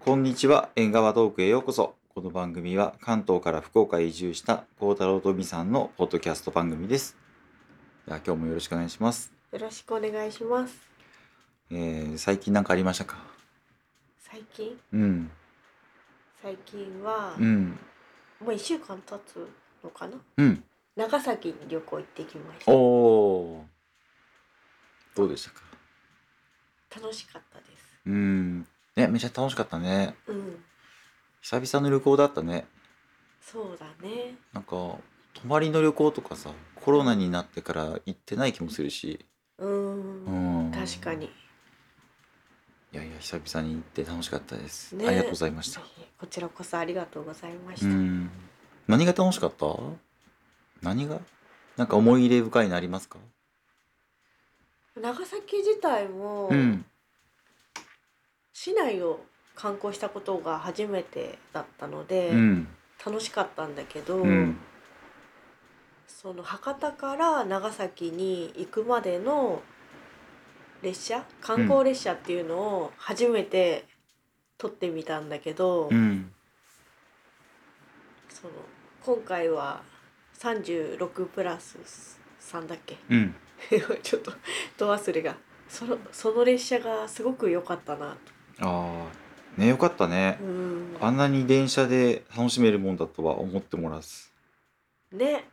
こんにちは、縁側トークへようこそ。この番組は関東から福岡へ移住した幸太郎と美さんのポッドキャスト番組です。いや今日もよろしくお願いします。よろしくお願いします。えー、最近何かありましたか最近うん、最近は、うん、もう一週間経つのかなうん。長崎に旅行行ってきましおおー。どうでしたかた。楽しかったでうん。ね、めちゃ楽しかったね。す。うん、久々の旅行だったね。そうだね。なんか、泊まりの旅行とかさ、コロナになってから行ってない気もするし。うー、うんん。確か。に。いやいや、久々に行って楽しかったです。ねありがとうございました。こちらこそありがとうございましうた。ん。何が楽しかった何がなんか思い入れ深いのありますか長崎自体も、うん。市内を観光したことが初めてだったので、うん。楽しかったんだけど、うん。その博多から長崎に行くまでの列車観光列車っていうのを初めて撮ってみたんだけど、うん。その今回は36プラス3だっけ うん。ちょっとど忘れがそのその列車がすごく良かったなああ。ね、よかったねと。うんあんなに電車で楽しめるもんだとは思ってもらず。ね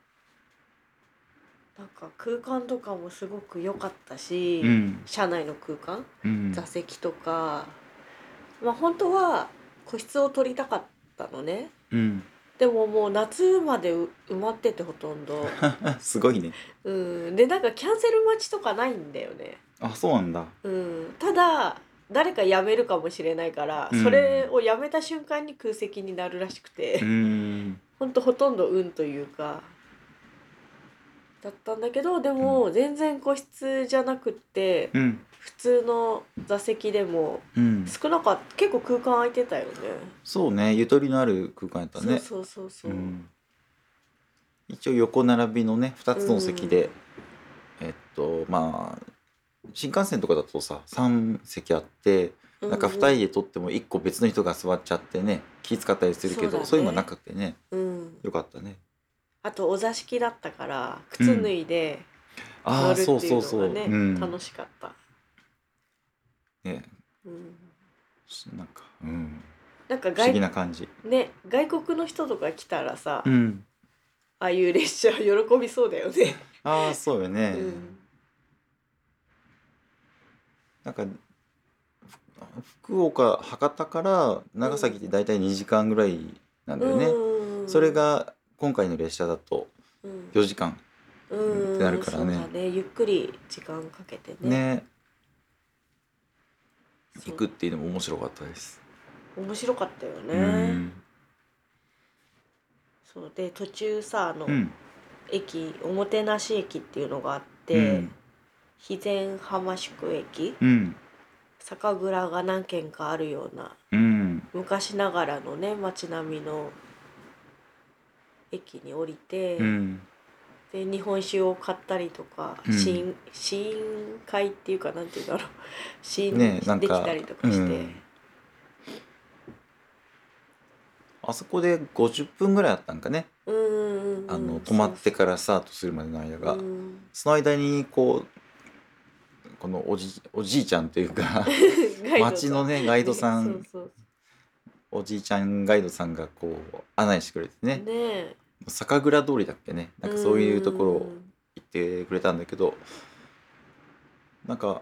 なんか空間とかもすごく良かったし、うん。車内の空間うん。座席とか、まあ本当は個室を取りたかったのねうん。でももう夏までう埋まっててほと んどすごいね。うんでなんかキャンセル待ちとかないんだよね、あ、そうなんだ。うん、ただ誰か辞めるかもしれないから、うんそれを辞めた瞬間に空席になるらしくて、うーん。ほんとほとんど運というかだったんだけどでも全然個室じゃなくってうん。普通の座席でもうん。少なかった結構空間空いてたよねそうね。ゆとりのある空間やったそうね。そうそうそうう、ん、一応横並びのね2つの席で、えっとまあ新幹線とかだとさ3席あってなんか2人で取っても1個別の人が座っちゃってね気使ったりするけどそそうう,、だいうのはねなくてねうん、うんよかったねあとお座敷だったから靴脱いでああ乗るってそいうそうそう、うのがね、うん、楽しかった、ねうん、なんか、うん、なんか不思議外,、な感じ、ね、外国の人とか来たらさ、うあん、あいう列車喜びそうだよね、ああそうよね、うん、なんかふ福岡博多から長崎って大体2時間ぐらいなんだよね、うんそれ、が今回の列車だとうん4時間うんってなるからねそうだねゆっくり時間かけてねね、そう行くっていうのも面白かったです。面白かったよね、うんそうで途中さあの、うん駅おもてなし駅っていうのがあっうて、ん肥前浜宿駅うん酒蔵が何軒かあるようなうん昔ながらのね街並みの駅に降りて、うんで日本酒を買ったりとかうん試飲試飲会っていうかなんていうんだろう試飲ねなんかできたりとかして、うんあそこで50分ぐらいあったんかね、うんうんうんあの止まってからスタートするまでの間が、うん、その間にこうこのおじおじいちゃんというか街のねねガ ガイドさん、そうおじいちゃんガイドさんがこう案内してくれてそうねねえ酒蔵通りだっけねなんかそういうところをうん行ってくれたんだけどなんか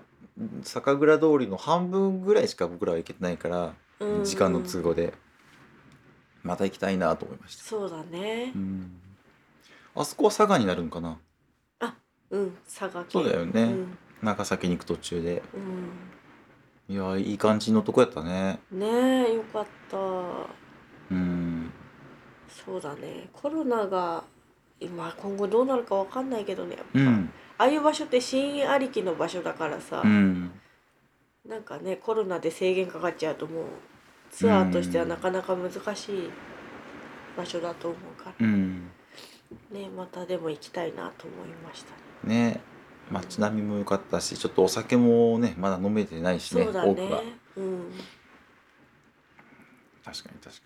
酒蔵通りの半分ぐらいしか僕らは行けてないから、うんうん時間の都合でまた行きたいなと思いました、そうだねうんあそこは佐賀になるんかなうん佐賀県そうだよね、うん長崎に行く途中でうんいやいい感じのとこやったねねえよかったうんそうだねコロナが今今後どうなるかわかんないけどねやっぱ、うんああいう場所って死因ありきの場所だからさ、うんなんかねコロナで制限かかっちゃうともうツアーとしてはなかなか難しい場所だと思うかうんらねまたでも行きたいなと思いましたねね街並みも良かったしちょっとお酒もねまだ飲めてないしねそうだ多くはねうん確かに確か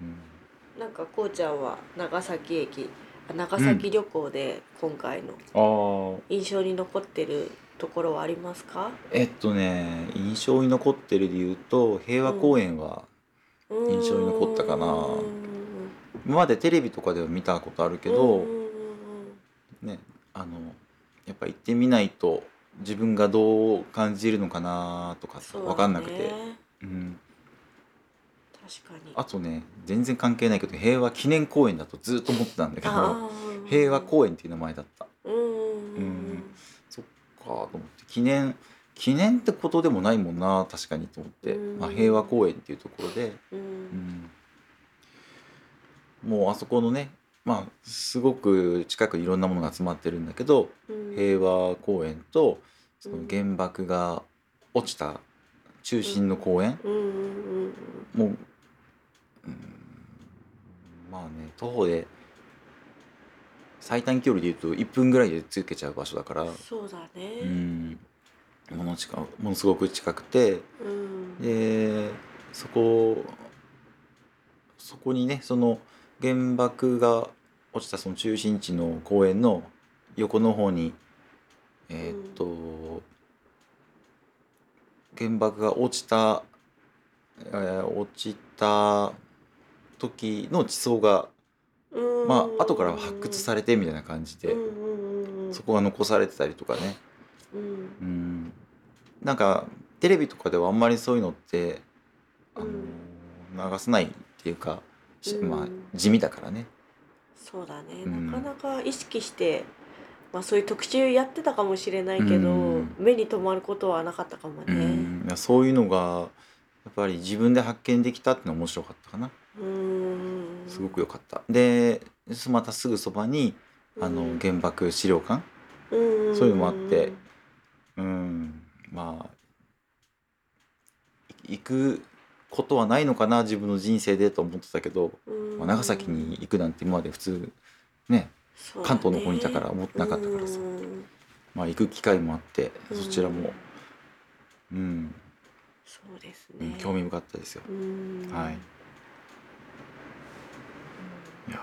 うに、うん、んなんかこうちゃんは長崎駅あ長崎旅行で今回のああ印象に残ってるところはありますか、えっとね印象に残ってるで言うと平和公園は、うん、印象に残ったかなうん今までテレビとかでは見たことあるけど、うんうんねあのやっぱ行ってみないと自分がどう感じるのかなとかさうん分かんなくて、そうだねうん、確かにあとね全然関係ないけど平和記念公園だとずっと思ってたんだけどあー平和公園っていう名前だったうんうんううんんそっかと思って記念記念ってことでもないもんな確かにと思って、うんまあ、平和公園っていうところで、うんうん、もうあそこのねまあすごく近くにいろんなものが集まってるんだけどうん平和公園とそのうん原爆が落ちた中心の公園、うんうんもう、うん、まあね徒歩で最短距離でいうと1分ぐらいで着けちゃう場所だからうん、そうだうねん、もの近ものすごく近くてうんでそこそこにねその原爆が落ちたその中心地の公園の横の方にえーっと、原爆が落ちた、えー落ちた時の地層が、うんまあ後から発掘されてみたいな感じで、うんうんうんうんそこが残されてたりとかね、うんうん、なんかテレビとかではあんまりそういうのって、あの流せないっていうか、しうんまあ地味だからね。そうだね、うんなかなか意識して、まあ、そういう特集やってたかもしれないけど、うん目に留まることはなかったかもうね。ん、いやそういうのがやっぱり自分で発見できたってのは面白かったかな。うん、すごく良かった。ですまたすぐそばにあうのん原爆資料館、うんそういうのもあってうん、まあい行くことはないのかな自分の人生でと思ってたけど、うんまあ、長崎に行くなんて今まで普通ねそうだね関東の方にいたから思ってなかったからさうんまあ、行く機会もあってうんそちらも、うんそうですうんね興味深かったですよ。うんはいいや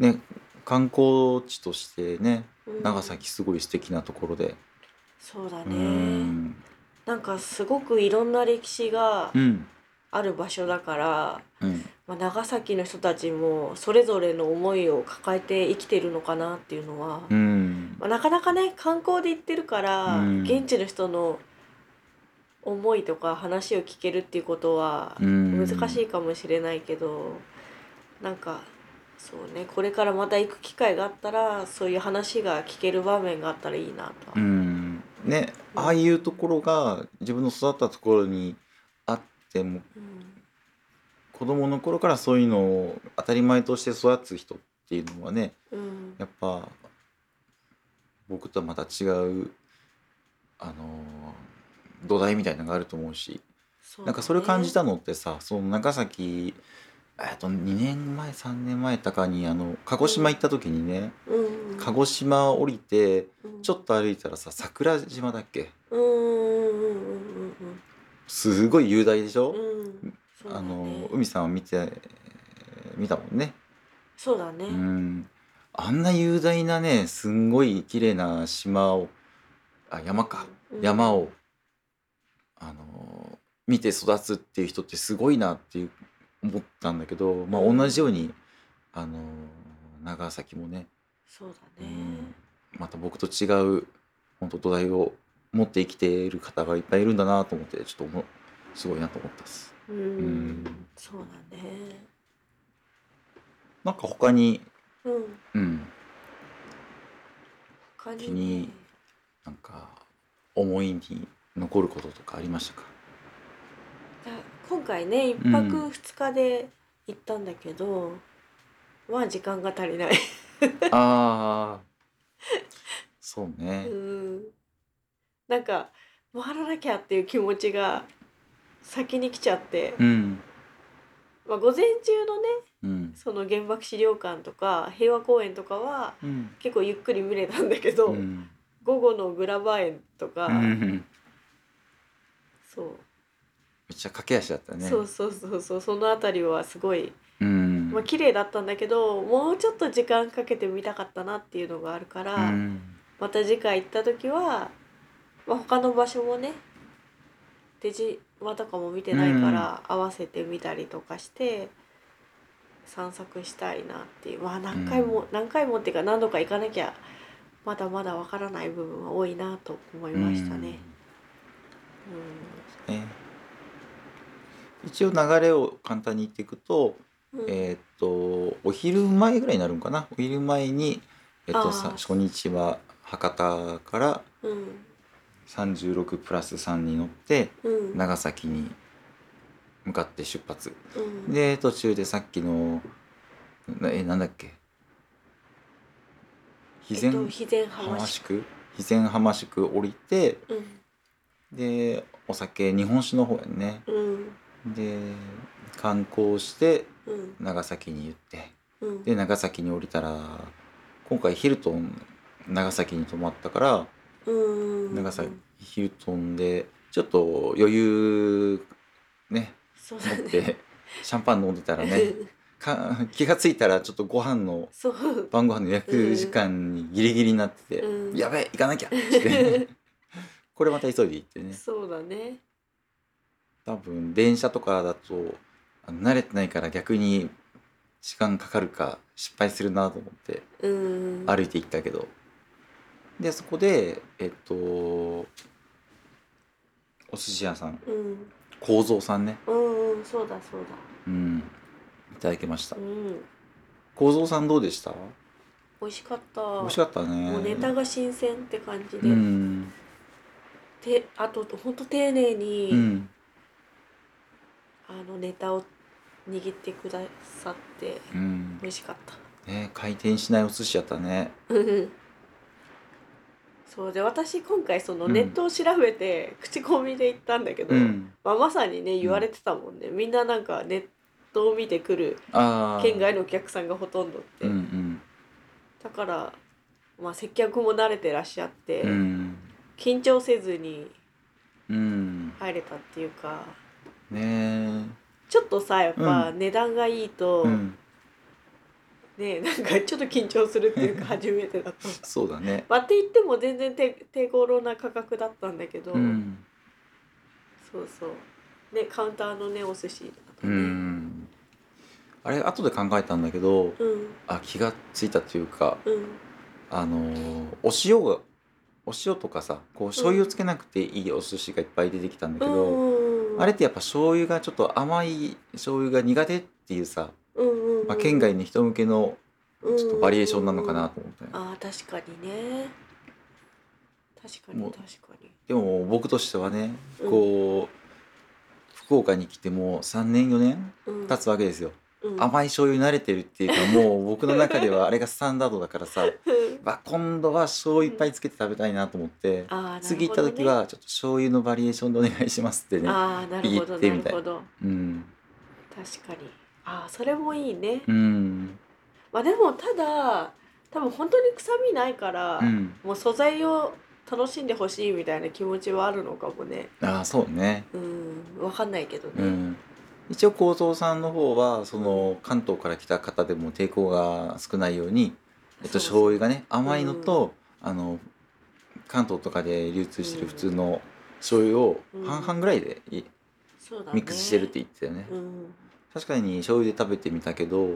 ーね観光地としてねうん長崎すごい素敵なところで。そうだうねんなんかすごくいろんな歴史がうんある場所だから、うんまあ、長崎の人たちもそれぞれの思いを抱えて生きてるのかなっていうのは、うんまあ、なかなかね観光で行ってるから、うん現地の人の思いとか話を聞けるっていうことはうん難しいかもしれないけど、なんかそうねこれからまた行く機会があったらそういう話が聞ける場面があったらいいなとは、うんねああいうところが自分の育ったところにあってもうん子供の頃からそういうのを当たり前として育つ人っていうのはねうんやっぱ僕とはまた違うあのー土台みたいなのがあると思うしそなんかそれを感じたたのってさその長崎えっと2年前3年前とかにあの鹿児島行った時にね鹿児島降りてちょっと歩いたらさ桜島だっけとうんうんうんうんうんすごい雄大でしょ、うんうんそうあだねの海さんを見てえー見たもんね、そうだね、うん、あんな雄大なねすんごい綺麗な島をあ山か、うん山をあの見て育つっていう人ってすごいなっていう思ったんだけど、まあ、うん同じようにあの長崎もね、そうだうね、ん、また僕と違う本当土台を持って生きている方がいっぱいいるんだなと思ってちょっとおもすごいなと思ったっす。うんんそうだね。なんか他に、うん、うん、他気に、ねに、なんか思いに残ることとかありま したか？いや今回ね一う泊ん二日で行ったんだけど、まあ時間が足りない。ああ、そうねう。ん、なんか回らなきゃっていう気持ちが先に来ちゃって、うん、まあ午前中のねうん、その原爆資料館とか平和公園とかはうん、結構ゆっくり見れたんだけど、うん、午後のグラバ園とか、うん、そうめっちゃ駆け足だったねそうそうそうそうその辺りはすごい、うん、まあ綺麗だったんだけどもうちょっと時間かけてみたかったなっていうのがあるから、うんまた次回行った時は、まあ、他の場所もねデジマとかも見てないから合わせてみたりとかして散策したいなっていうまあ何回も、うん何回もっていうか何度か行かなきゃまだまだわからない部分は多いなと思いましたね。うんね一応流れを簡単に言っていくと、うんうんえーっとお昼前ぐらいになるんかなお昼前に、えっあとーさ初日は博多からうん36プラス3に乗ってうん長崎に向かって出発うんで途中でさっきのなえなんだっけえっ肥前と肥前浜浜市宿肥前浜宿降りてうんでお酒日本酒の方やねうんで観光してうん長崎に行ってうんで長崎に降りたら今回ヒルトン長崎に泊まったからうん長崎ヒルトンでちょっと余裕ねそうだ持っね てシャンパン飲んでたらねか気がついたらちょっとご飯のそう晩ご飯の予約時間にギリギリになってて「うんやべえ行かなきゃ」って これまた急いで行ってねそうだね多分電車とかだとあの慣れてないから逆に時間かかるか失敗するなと思ってうん歩いて行ったけどでそこでえっとお寿司屋さんうん構造さんねうんうんそうだそうだうんいただきましたうん構造さんどうでした美味しかった美味しかったねもうネタが新鮮って感じで、うんてあとほんと丁寧に、うんあのネタを握ってくださってうん美味しかった ね回転しないお寿司やったねうんそうで私今回そのうんネットを調べて口コミで行ったんだけど、うんまあ、まさにね言われてたもんね、みんななんかネットを見てくるああ県外のお客さんがほとんどって、うんだから、まあ、接客も慣れてらっしゃって、うんうん緊張せずにうん入れたっていうかねえちょっとさやっぱう値段がいいと、うんねなんかちょっと緊張するっていうか初めてだと。そうだねまあ、って言っても全然手手頃な価格だったんだけど、うんそうそうねカウンターのねお寿司だとうね、んあれ後で考えたんだけどうんあ気がついたというかうんあのーお塩がお塩とかさこう醤油をつけなくていいお寿司がいっぱい出てきたんだけど、うんあれってやっぱ醤油がちょっと甘い醤油が苦手っていうさ、うんうんまあ、県外の人向けのちちょっとバリエーションなのかなと思ったよ、あー確かにね確かもにう確かにでも僕としてはねうんこう福岡に来てもう3年4年うん経つわけですよ、うん甘い醤油に慣れてるっていうか もう僕の中ではあれがスタンダードだからさわ今度は醤油いっぱいつけて食べたいなと思って、あー次行った時はちょっと醤油のバリエーションでお願いしますってねなるほどねあーなるほ言どってなみたるいほどうん確かにああそれもいいね、うんまあでもただ多分本当に臭みないから、うんもう素材を楽しんでほしいみたいな気持ちはあるのかもねああそうねうんわかんないけどね、うん一応構造さんの方はその関東から来た方でも抵抗が少ないように、えっと、そ醤うそう油がね甘いのと、あの関東とかで流通してる普通の醤油をうん半々ぐらいでいそうだねミックスしてるって言ってたよね、うん確かに醤油で食べてみたけど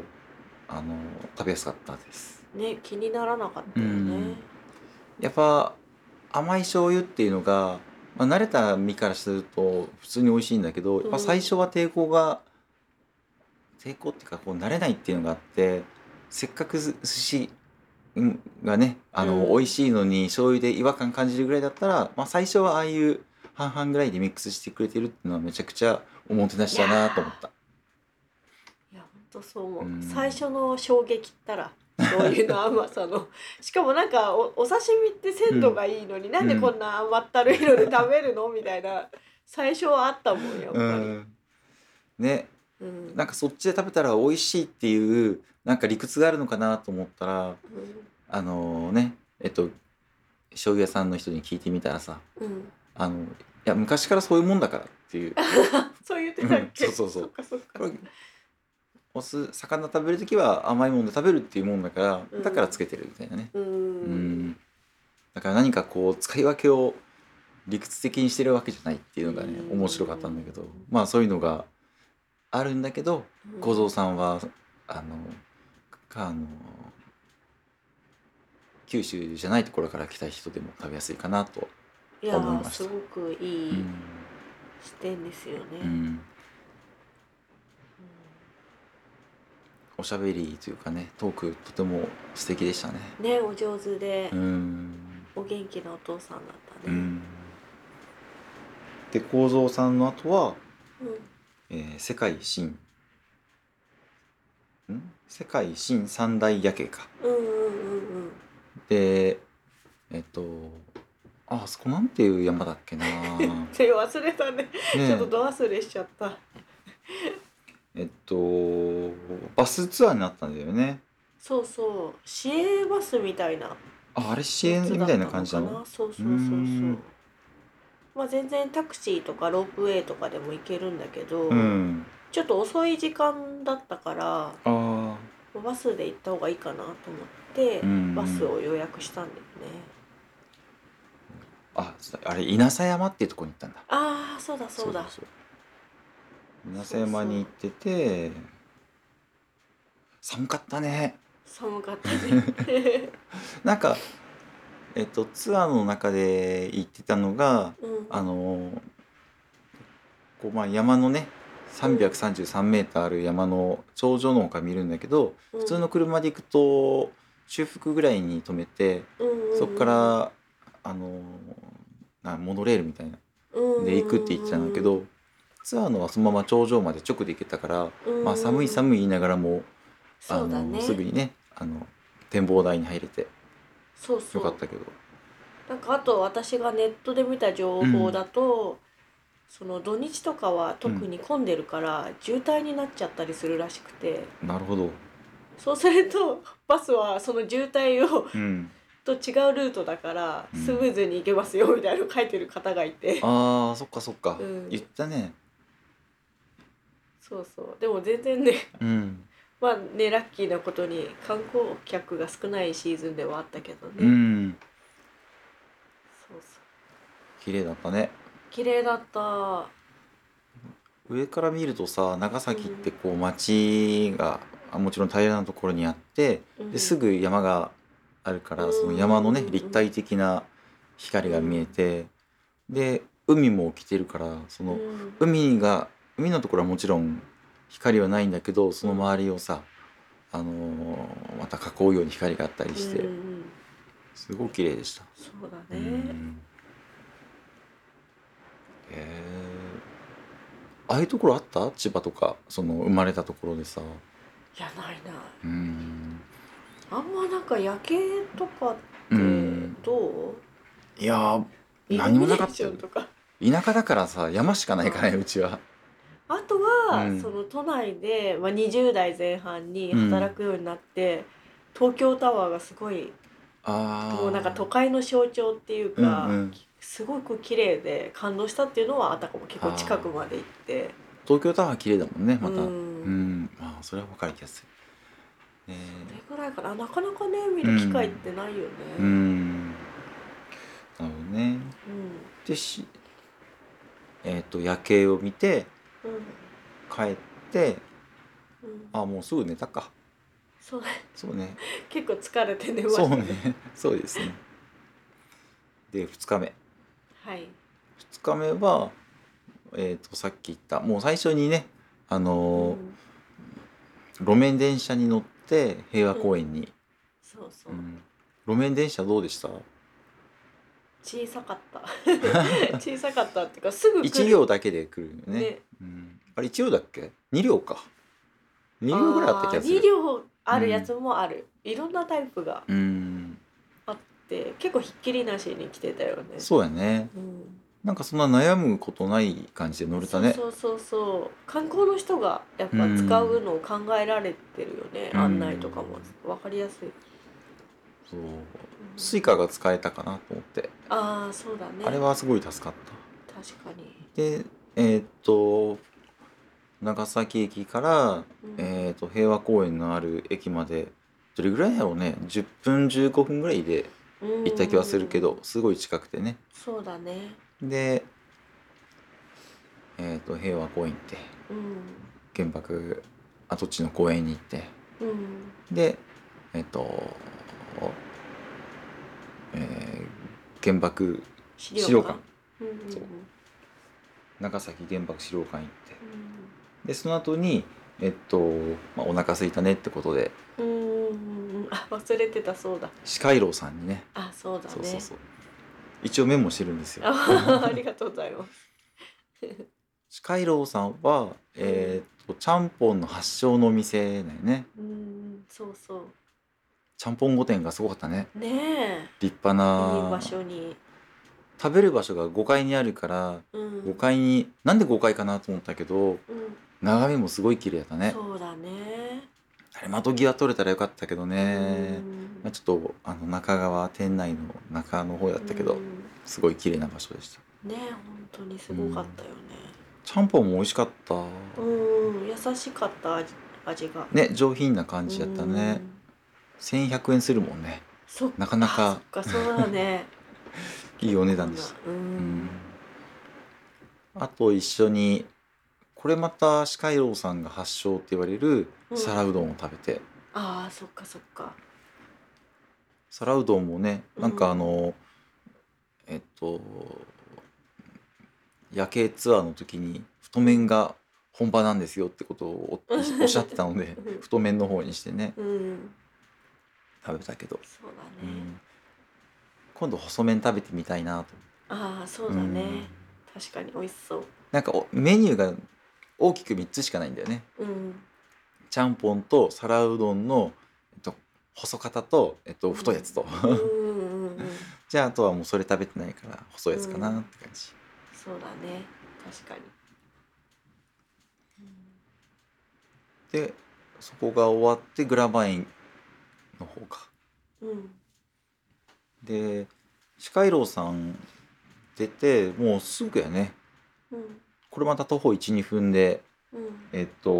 あの食べやすかったですね気にならなかったようんねやっぱ甘い醤油っていうのが、まあ、慣れた身からすると普通に美味しいんだけどやっぱ最初は抵抗が、抵抗っていうかこう慣れないっていうのがあってせっかく寿司うんがねあの、うん美味しいのに醤油で違和感感じるぐらいだったら、まあ、最初はああいう半々ぐらいでミックスしてくれてるっていうのはめちゃくちゃおもてなしだなと思った。いや本当そう思う、うん最初の衝撃ったら醤油の甘 さのしかもなんかおお刺身って鮮度がいいのに、なんでこんな甘ったるいので食べるのみたいな最初はあったもんやっぱうり、んね、うんなんかそっちで食べたら美味しいっていうなんか理屈があるのかなと思ったらうんあのねえっと醤油屋さんの人に聞いてみたらさうんあのいや昔からそういうもんだからってって いうそう言ってたっけ、うんそうそうそうそっかそっかこれお酢魚食べる時は甘いもので食べるっていうもんだかうんらだからつけてるみたいなね、うーんうんだから何かこう使い分けを理屈的にしてるわけじゃないっていうのがねうん面白かったんだけどまあそういうのがあるんだけどうん小僧さんはあのかあの九州じゃないところから来た人でも食べやすいかなと、いや思いーましたすごくいい視点ですよね、うんうんおしゃべりというかねトークとても素敵でしたね。うんねお上手で、うんお元気なお父さんだったうね、んで構造さんの後はうんえー世界新ん世界新三大夜景かうんうんうんでえっとああそこなんていう山だっ けな、うんねそれ忘れたね、ちょっとえ、ド忘れしちゃったえっとバスツアーになったんだよねそうそう市営バスみたいなああれ支援みたいな感じなのそうそうそうそううーんまあ全然タクシーとかロープウェイとかでも行けるんだけど、うんちょっと遅い時間だったからあバスで行った方がいいかなと思って、うんバスを予約したんだよねああそうだあれ稲佐山っていうところに行ったんだああそうだそうだそうそう稲佐山に行ってて寒かったね寒かった ねなんか、えっと、ツアーの中で行ってたのがうんあのこうまあ山のね333メーターある山の頂上の方から見るんだけどうん普通の車で行くと修復ぐらいに止めてうんうんそこからあのなモノレールみたいなで行くって言ってたんだけどツアーのはそのまま頂上まで直で行けたからまあ寒いい寒い言いながらもあそうだねのすぐにねあの展望台に入れてそうそようかったけど。なんかあと私がネットで見た情報だと、その土日とかは特に混んでるから渋滞になっちゃったりするらしくて、なるほど。そうすると バスはその渋滞をうん。と違うルートだからうんスムーズに行けますよみたいなの書いてる方がいて、ああ、そっかそっか。うん言ったね。そうそうでも全然ねうん。まあねラッキーなことに観光客が少ないシーズンではあったけどね、うん。そうそう綺麗だったね。綺麗だった上から見るとさ、長崎ってこう町が、あもちろん平らなところにあって、うんですぐ山があるから、うんその山のね、うん立体的な光が見えて、で、海も来てるから、そうの、ん海が海のところはもちろん光はないんだけど、その周りをさ、あのーまた囲うように光があったりして、うんうんすごい綺麗でした。そうだね、うんへえああいうところあった千葉とかその生まれたところでさいやないないうんあんまなんか夜景とかっうてんどう、いやーイル何もミネなかっーたシよョンとか田舎だからさ山しかないからねうちはあとは、うんその都内で、まあ、20代前半に働くようになって、東京タワーがすごいああもうなんか都会の象徴っていうか、うんうんすごく綺麗で感動したっていうのはあたかも結構近くまで行って東京タワー綺麗だもんねまたううんん、まあそれは分かる気がするねそれぐらいかななかなかね見る機会ってないよね。えうんなるほどねうんでしえっ、と夜景を見てうん帰ってうんあもうすぐ寝たかそう ねそうね結構疲れて寝ましそうたねそうですねで2日目はい2日目はえっ、とさっき言ったもう最初にねあのーうん路面電車に乗って平和公園に、そうそうう、ん路面電車どうでした小さかった 小さかったっていうかすぐ来る1両だけで来るよねねうん、あれ1両だっけ2両か2両ぐらいあった気がすあー二る両あるやつもある、いろんなタイプがうんあって結構ひっきりなしに来てたよねそうやねうん、なんかそんな悩むことない感じで乗れたねそうそうそうそう観光の人がやっぱ使うのを考えられてるよね、うん案内とかも分かりやすい、そうスイカが使えたかなと思ってああそうだねあれはすごい助かった確かにでえーっと長崎駅から、うんえーっと平和公園のある駅までどれぐらいやろうね10分15分ぐらいでうん行った気はするけどすごい近くてねそうだねで、えーっと平和公園行ってうん原爆跡地の公園に行ってうんでえーっと、えー原爆資資料館うんうんうんそう長崎原爆資料館行ってうんでその後にえっと、まあ、お腹空すいたねってことでうんうんうんあ忘れてたそうだ歯科医郎さんにねあそうだねそうそうそう一応メモしてるんですよあ ありがとうございます歯科医郎さんはえーっとちゃんぽんの発祥のお店だよねうんそうそちゃんぽん御殿がすごかったねうねえ立派いい場な所に食べる場所が5階にあるからうん5階になんで5階かなと思ったけどうん眺めもすごい綺麗だったねそうだねあれ窓際取れたらよかったけどねうんまあ、ちょっとあの中川店内の中の方だったけど、うんすごい綺麗な場所でしたねえ本当にすごかったよねちゃんぽんも美味しかった、うん、うん、優しかった味味がね上品な感じだったねうん1100円するもんねそっなかなかそっかそうだ ねいいお値段でしたううんん、あと一緒にこれまた歯科医郎さんが発祥って言われるうん皿うどんを食べて、ああそっかそっか皿うどんもねなんかあの、えっと夜景ツアーの時に太麺が本場なんですよってことをおおっ しゃってたのでうん太麺の方にしてねうん食べたけど、そうだうね、ん今度細麺食べてみたいなとああそうだね、うん確かに美味しそうなんかおメニューが大きく3つしかないんだよねうんちゃんぽんと皿うどんの、えっと、細型と、えっと、太いやつと、 うんうんうんじゃああとはもうそれ食べてないから細いやつかなって感じ、そうだね確かに、うんでそこが終わってグラバインの方かうんで歯科医郎さん出てもうすぐやねうんこれまた徒歩12分でうんえっと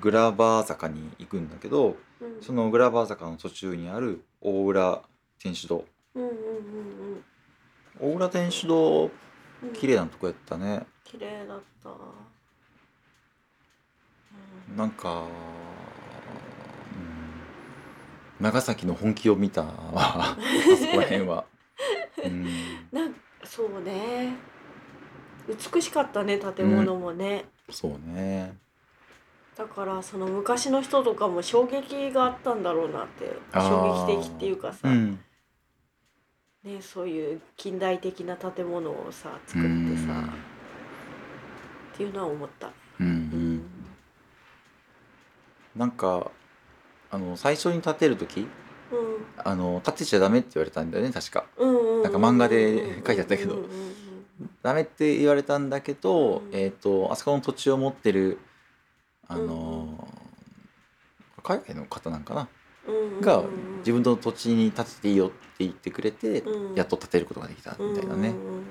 グラバー坂に行くんだけどうんそのグラバー坂の途中にある大浦天主堂うんうんうん大浦天主堂うん綺麗なとこやったね綺麗だった、うんなんか、うん、長崎の本気を見た わあそこら辺は、うん、なんかそうね美しかったね建物もね、そうねだからその昔の人とかも衝撃があったんだろうなってあー衝撃的っていうかさ、うんね、そういう近代的な建物をさ作うってさんっていうのは思った。うんう、うんなんかあの最初に建てる時うんあの建てちゃダメって言われたんだよね確かうんうなんか漫画で書いてあったけどうんうんうんダメって言われたんだけど、うんえっ、とあそこの土地を持ってるあの、海外の方なんかなうんうんが自分の土地に建てていいよって言ってくれて、うんやっと建てることができたみたいなね、うんうんうん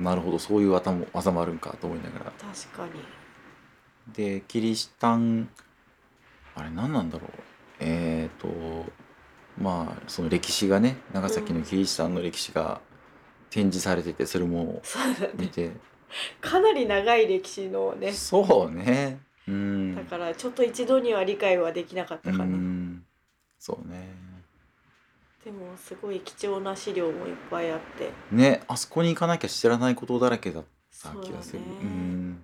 なるほどそういう技も技もあるんかと思いながら確かに。でキリシタンあれ何なんだろうえっ、とまあその歴史がね長崎のキリシタンの歴史が展示されててそれもそうだ見ね。て、かなり長い歴史のね。そうねうんだからちょっと一度には理解はできなかったかな。うんそうねでもすごい貴重な資料もいっぱいあって。ねあそこに行かなきゃ知らないことだらけだったそう気がだねする。うん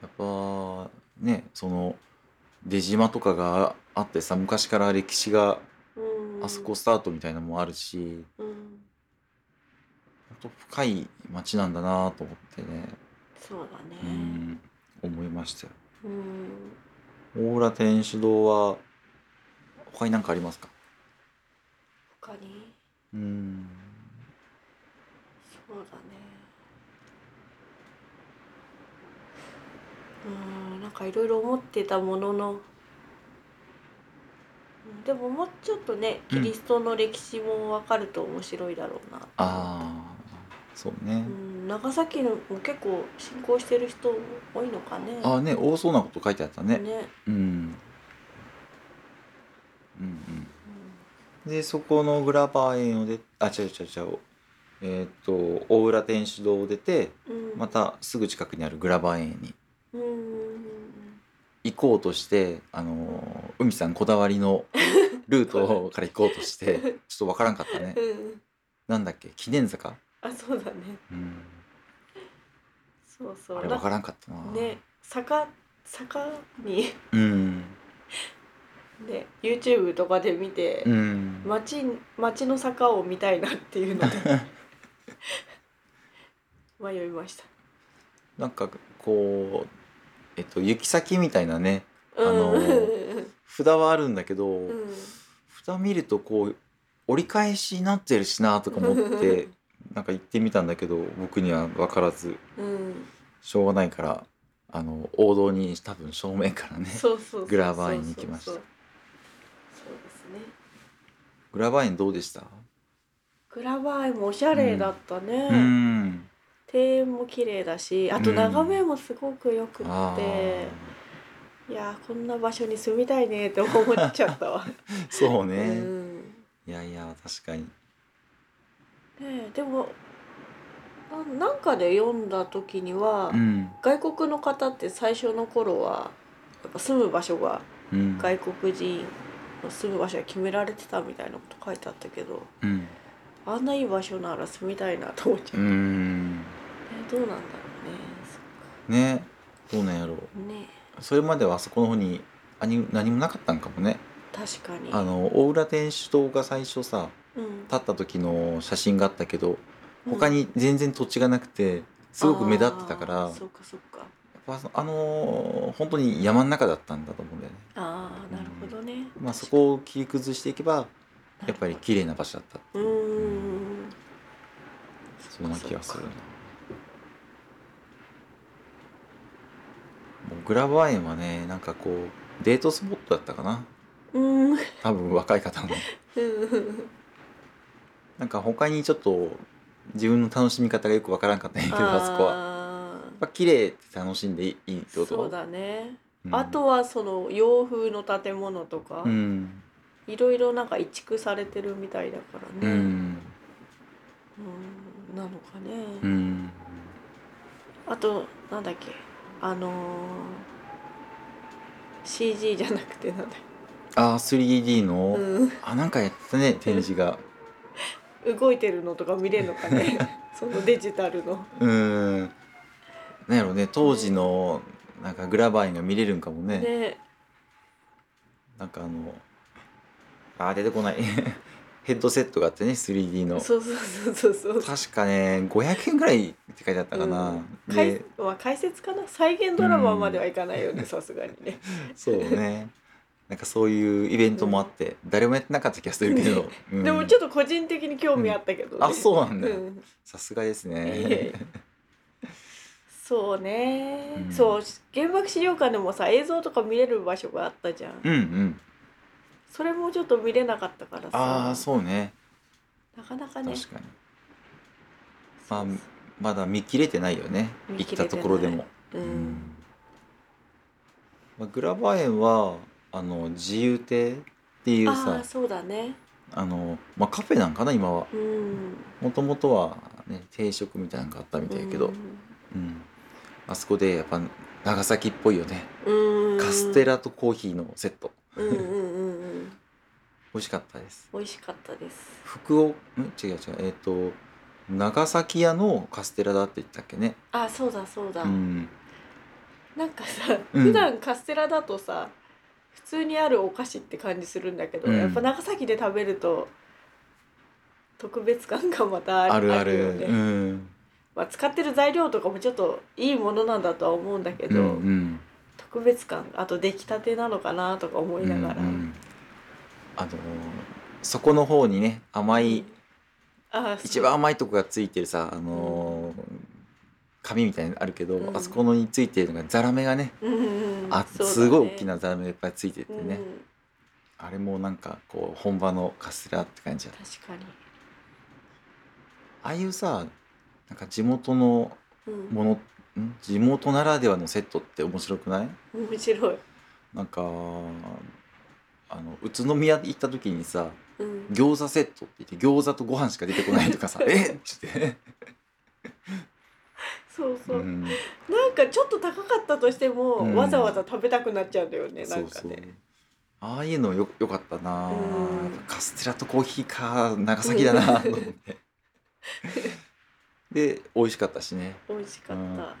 やっぱねその出島とかがあってさ昔から歴史がうんあそこスタートみたいなのもあるし、うんほんと深い町なんだなと思ってね、そうだね。うん、思いましたよ。うん大浦天主堂は他に何かありますか他にうんそうだねうんなんかいろいろ思ってたもののうんでももうちょっとねうキんリストの歴史も分かると面白いだろうな、ああそうねう。ん長崎のも結構信仰してる人多いのかねああね多そうなこと書いてあったねねうんうんうんでそこのグラバー園を出あ違う違う違うえーっと大浦天主堂を出てうんうんまたすぐ近くにあるグラバー園にうんうん行こうとしてあのー海さんこだわり のルートから行こうとしてちょっとわからんかったねうんうんなんだっけ記念坂、あそうだねうん、そうそうあれわかららんかったな、ね坂坂にうんね YouTube とかで見て、うん、街街の坂を見たいなってい うので迷いましたなんかこうえっと行き先みたいなねあのうんー札はあるんだけど、うん蓋見るとこう折り返しになってるしなとか思って なんか行ってみたんだけど僕には分からずうんしょうがないからあの王道に多分正面からねそうそうそうグラバー園に行きましたそうですねグラバー園どうでしたグラバー園もおしゃれだったね、うん庭園も綺麗だしあうとん眺めもすごくよくっあて、いやーこんな場所に住みたいねって思っちゃっ たわ、あそううね、ん、ねいやいや確かにえでもななんかで読んだ時には、うん、外国の方って最初の頃はやっぱ住む場所がうん外国人の住む場所が決められてたみたいなこと書いてあったけどうんあんないい場所なら住みたいなと思っちゃうう、んえどうなんだろうねねどうなんやろうそっかねそれまではあそこの方にあに何もなかったんかもね確かにあの大浦天主堂が最初さうん立った時の写真があったけどうん他に全然土地がなくてすごく目立ってたから、あーやそっっかそっかぱあのー本当に山の中だったんだと思うんだよね、ああなるほどね、まあ、そこを切り崩していけばやっぱり綺麗な場所だったうーんそんな気がするなそっかもうグラバー園はねなんかこうデートスポットだったかなうーん多分 若い方 のなんか他にちょっと自分の楽しみ方がよくわからんかったんやけどあそこはやっあーぱ綺麗って楽しんでいいいいってことそうだね、うんあとはその洋風の建物とか、うん、いろいろなんか移築されてるみたいだかうらね、うん、んなのかね、うん、あとなんだっけあのー、CG じゃなくてなんだっああ 3D け、の、うあなんかやってたね展示がん、動いてるのとか見れるのか ねそのデジタルのうんなんやろうね当時のなんかグラバー園が見れるんかもねねなんかあのあー出てこない ヘッドセットがあってね 3D のそうそうそうそうそう確かね500円ぐらいって書いてあったかな、うん、かいでは解説かな再現ドラマまではいかないよねさすがにねそうねなんかそういうイベントもあって、誰もやってなかった気がするけど、うんでもちょっと個人的に興味あったけど、ねあそうなんだうんさすがですいえいねえ そうね、うんそう原爆資料館でもさ映像とか見れる場所があったじゃん、うんうんそれもちょっと見れなかったからあさあそうねなかなかね確かにまあまだ見切れてないよね見行っ切れてなたといころでも、う、うんまあ、グラバー園はあの自由亭っていうあさあそうだねあの、まあ、カフェなんかな今はうんもともとは、ね、定食みたいなのがあったみたいやけど、うんあそこでやっぱ長崎っぽいよねうんカステララとコーヒーのセットうんうんうんうん美味しかったです美味しかったです福岡ん違う違うえっ、と長崎屋のカステラだって言ったっけねあそうだそうだ、うんなんかさうん普段カステラだとさ、普通にあるお菓子って感じするんだけど、うんやっぱ長崎で食べると特別感がまたあるあよるねうんまあ、使ってる材料とかもちょっといいものなんだとは思うんだけうんど、うん特別感あと出来たてなのかなとか思いながら、うんうんあのーそこの方にね甘い、ああ一番甘いとこがついてるさあのー紙みたいなのあるけど、うんあそこのについてるのがザラメがねそううんうんあそうだねすごい大きなザラメがいっぱいついててね、うんあれもなんかこう本場のカステラって感じだ確かにああいうさなんか地元のうんものん地元ならではのセットって面白くない面白い、なんかあの宇都宮行った時にさうん、餃子セットって言って餃子とご飯しか出てこないと かさえっつって、そうそうう、ん、なんかちょっと高かったとしても、うんわざわざ食べたくなっちゃうんだよねなそんうかそうねああいうのよよかったな、うんカステラとコーヒーか長崎だなと思 ってで美味しかったしね美味しかった、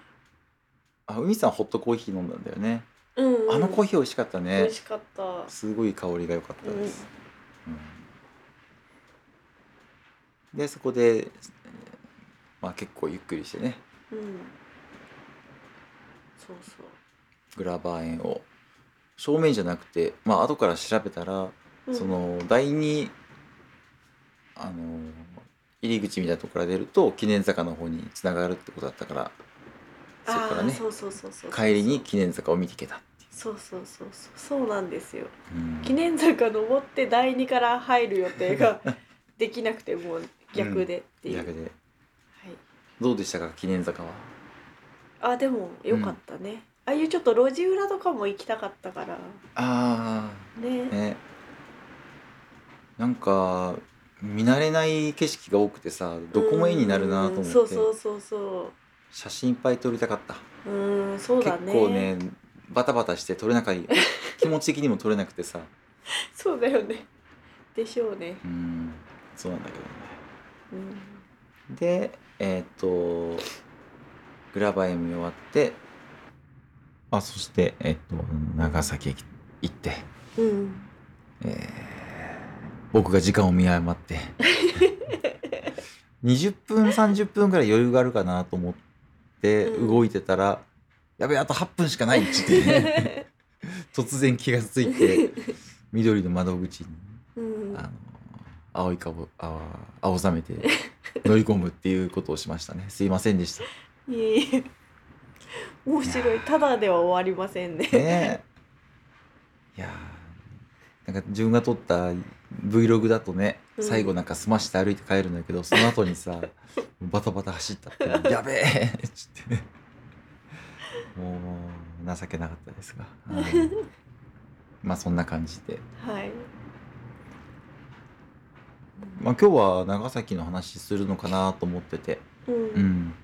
あ海さんホットコーヒー飲んだんだよね、うんうんあのコーヒー美味しかった美ね味しかったすごい香りが良かったです、うんでそこで、えーまあ、結構ゆっくりしてねうんそうそグラバー園を正面じゃなくてまあ後から調べたら、う、うん、その第二あの入り口みたいなところから出ると記念坂の方に繋がるってことだったからそこからあーねそうそうそうそう帰りに記念坂を見ていけたっていそうそうそうそうそうなんですよう、うん記念坂登って第二から入る予 定ができなくてもう逆でっていう、逆ではい、どうでしたか記念坂はあでも良かったね、ああいうちょっと路地裏とかも行きたかったからああねねなんか見慣れない景色が多くてさどこも絵になるなと思って、うんそうそうそうそ写真いっぱい撮りたかった、ううんそう結だね構ねバタバタして撮れなかった気持ち的にも撮れなくて さそうだよねでしょうねうんそうなんだけどねうんでえーっ、とグラバエム終わってあそしてえーっ、と長崎駅行って、うんえー僕が時間を見誤って 20分30分ぐらい余裕があるかなと思ってうん動いてたら、やべえあと8分しかないっつってね突然気がつい て緑の窓口にう んあの青い顔あ青ざめて乗り込むっていうことをしましたねすいませんでしいえいえ面白いただでは終わりませんねた ねえいやーなんか自分が撮った Vlog だとねうん最後なんか済まして歩いて帰るんだけど、その後に さバタバタ走ったって「やべえ!」っつってねもう情けなかったですが、はいまあそんな感じで、はい、まあ、今日は長崎の話するのかなと思ってて、うんうん、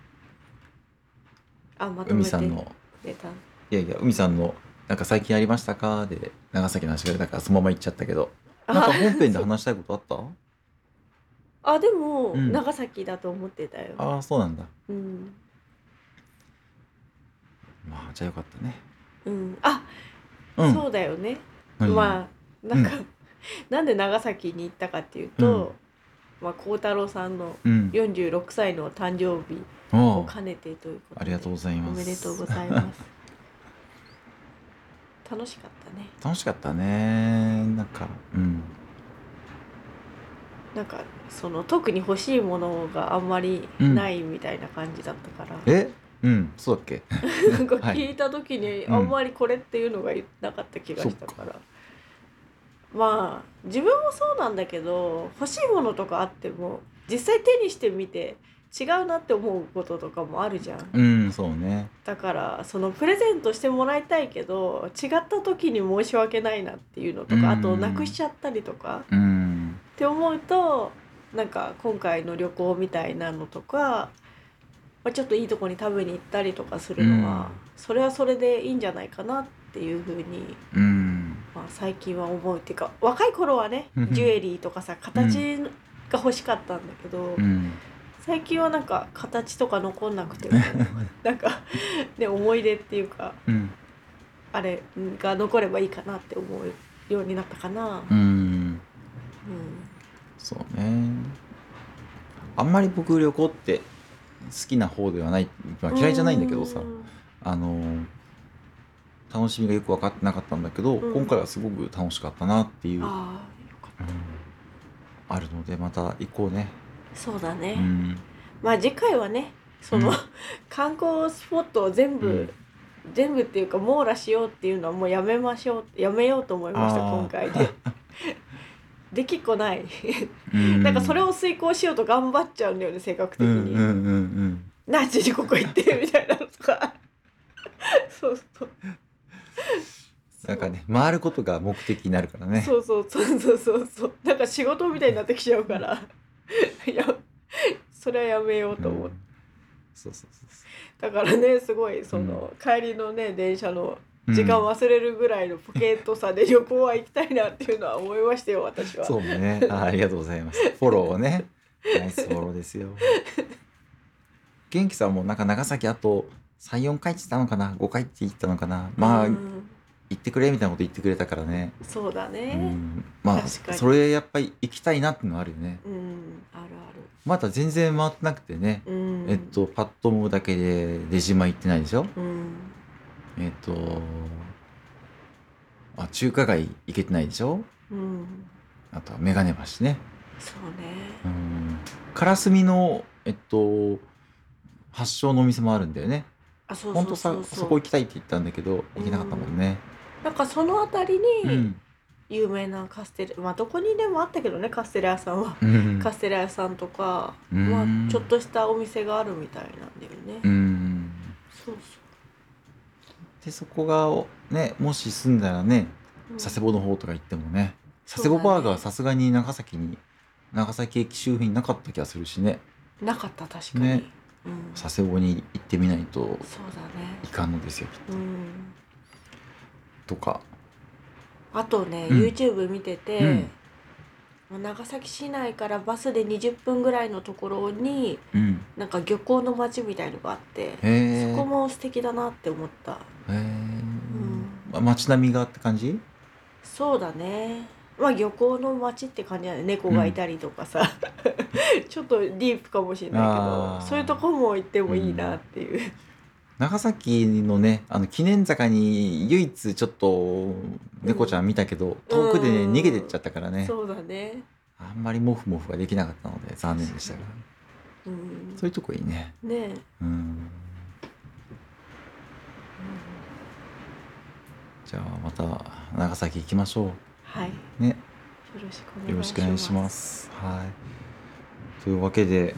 あまとめ海てさんの出たいやいや、海さんの、なんか最近ありましたかで、長崎の話が出たから、そのまま行っちゃったけど、なんかあ本編で話したいことあったあでも、うん長崎だと思ってた よ、ああ、そうなんだ。うんまあ、じゃあよかったね。うん、あ、うん。そうだよね、何まあなんか、なんで長崎に行ったかっていうと、まあ、孝太郎さんのうん。 46歳の誕生日をおう兼ねてということでありがとうございおます。めでとうございます 楽しかったね楽しかったね。なんか、うん。なんかその特に欲しいものがあんまりないみたいな感じだったから、えうん、そうだっけ なんかはい聞いた時にうんあんまりこれっていうのがなかった気がしたから、そまあ自分もそうなんだけど欲しいものとかあっても実際手にしてみて違うなって思うこととかもあるじゃんうん、そうね。だからそのプレゼントしてもらいたいけど違った時に申し訳ないなっていうのとうんかあとなくしちゃったりとかうん。って思うとなんか今回の旅行みたいなのとか、まあ、ちょっといいとこに食べに行ったりとかするのは、それはそれでいいんじゃないかなっていうふうに、うん。まあ、最近は思うっていうか若い頃はねジュエリーとかさ形が欲しかったんだけど、うん。最近はなんか形とか残んなくてもなんか、ね、思い出っていうかうん。あれが残ればいいかなって思うようになったかな。うん。うんそうね。あんまり僕旅行って好きな方ではない、まあ、嫌いじゃないんだけどさ、うんあのー楽しみがよく分かってなかったんだけど、うん今回はすごく楽しかったなっていう、うんああよかったあるのでまた行こうね。そうだね、うんまあ次回はねその、うん観光スポットを全部、うん全部っていうか網羅しようっていうのはもうやめましょうやめようと思いましたあー今 回でできっこないうなんかそれを遂行しようと頑張っちゃうんだよね性格的うんに、うんうんうん何時にここ行ってみたいなのとかそうそうなんかね回ることが目的になるからねそうそうそうそうそうそうなんか仕事みたいになってきちゃうから いやそれはやめようと思うって、んそうそうそうそだからねすごいその、帰りのね電車の時間忘れるぐらいのポケットさで旅行は行きたいなっていうのは思いましたよ私うは。そうねあーありがとうございますフォローをねナイスフォローですよ元気さんもなんか長崎あと34回って言ったのかな5回って言ったのかなまあ、うん行ってくれみたいなこと言ってくれたからね、そうだうね。ん、まあ確かにそれやっぱり行きたいなってのはあるよねうん、あるあまだ全然回ってなくてね、る。うん、えっとパッと思うだけで出島行ってないでしょうん、えっとあ中華街行けてないでしょうん、あとは眼鏡橋ねそうね。うん烏ミのえっと発祥のお店もあるんだよねあ、そうそ本う当さそうそそこう。行きたいって言ったんだけど行けなかったもんねなんかその辺りうにん、有名なカステラ、まあどこにでもあったけどねカステラ屋さんは。うんカステラ屋さんとか、うんまあちょっとしたお店があるみたいなんだよね。うんそうでそこがおねもし住んだらねそう。佐世保保の方とか行ってもね佐そう世だね保バーガーはさすがに長崎に長崎駅周辺になかった気がするしねなかった確かに。ねうん。佐世保に行ってみないとそうだね。いかんのですようん。とかあとね、うん YouTube 見てて、うんまあ長崎市内からバスで20分ぐらいのところにうんなんか漁港の町みたいのがあって、へえそこも素敵だなって思った。へえ、んま街並みがって感じそうだね。まあ漁港の町って感じだね。猫がいたりとかさ、 ちょっとディープかもしれなあいけーど、そういうとこも行ってもいいなっていう。長崎のねあの記念坂に唯一ちょっと猫ちゃん見たけど、遠くでねうん逃げてっちゃったからねそうだね。あんまりモフモフができなかったので残念でしたがうん。そういうとこいいねねえ。うんじゃあまた長崎行きましょはい。ようねろしくお願いします。よろしくお願いしま。す。はい。というわけで、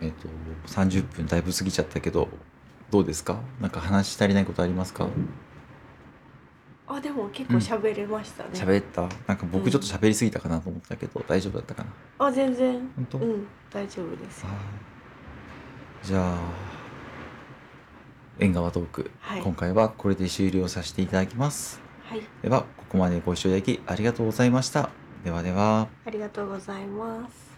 えっ、と三十分だいぶ過ぎちゃったけど、どうですか？なんか話し足りないことありますか？あ、でも結構喋れましたね。喋った？なんか僕ちょっと喋りすぎたかなと思ったけど、大丈夫だったかな？あ、全然。本当？うはい。ん、大丈夫です。じゃあ縁側トーク、はい今回はこれで終了させていただきます。はい、ではここまでご視聴いただきありがとうございました。ではでは。ありがとうございます。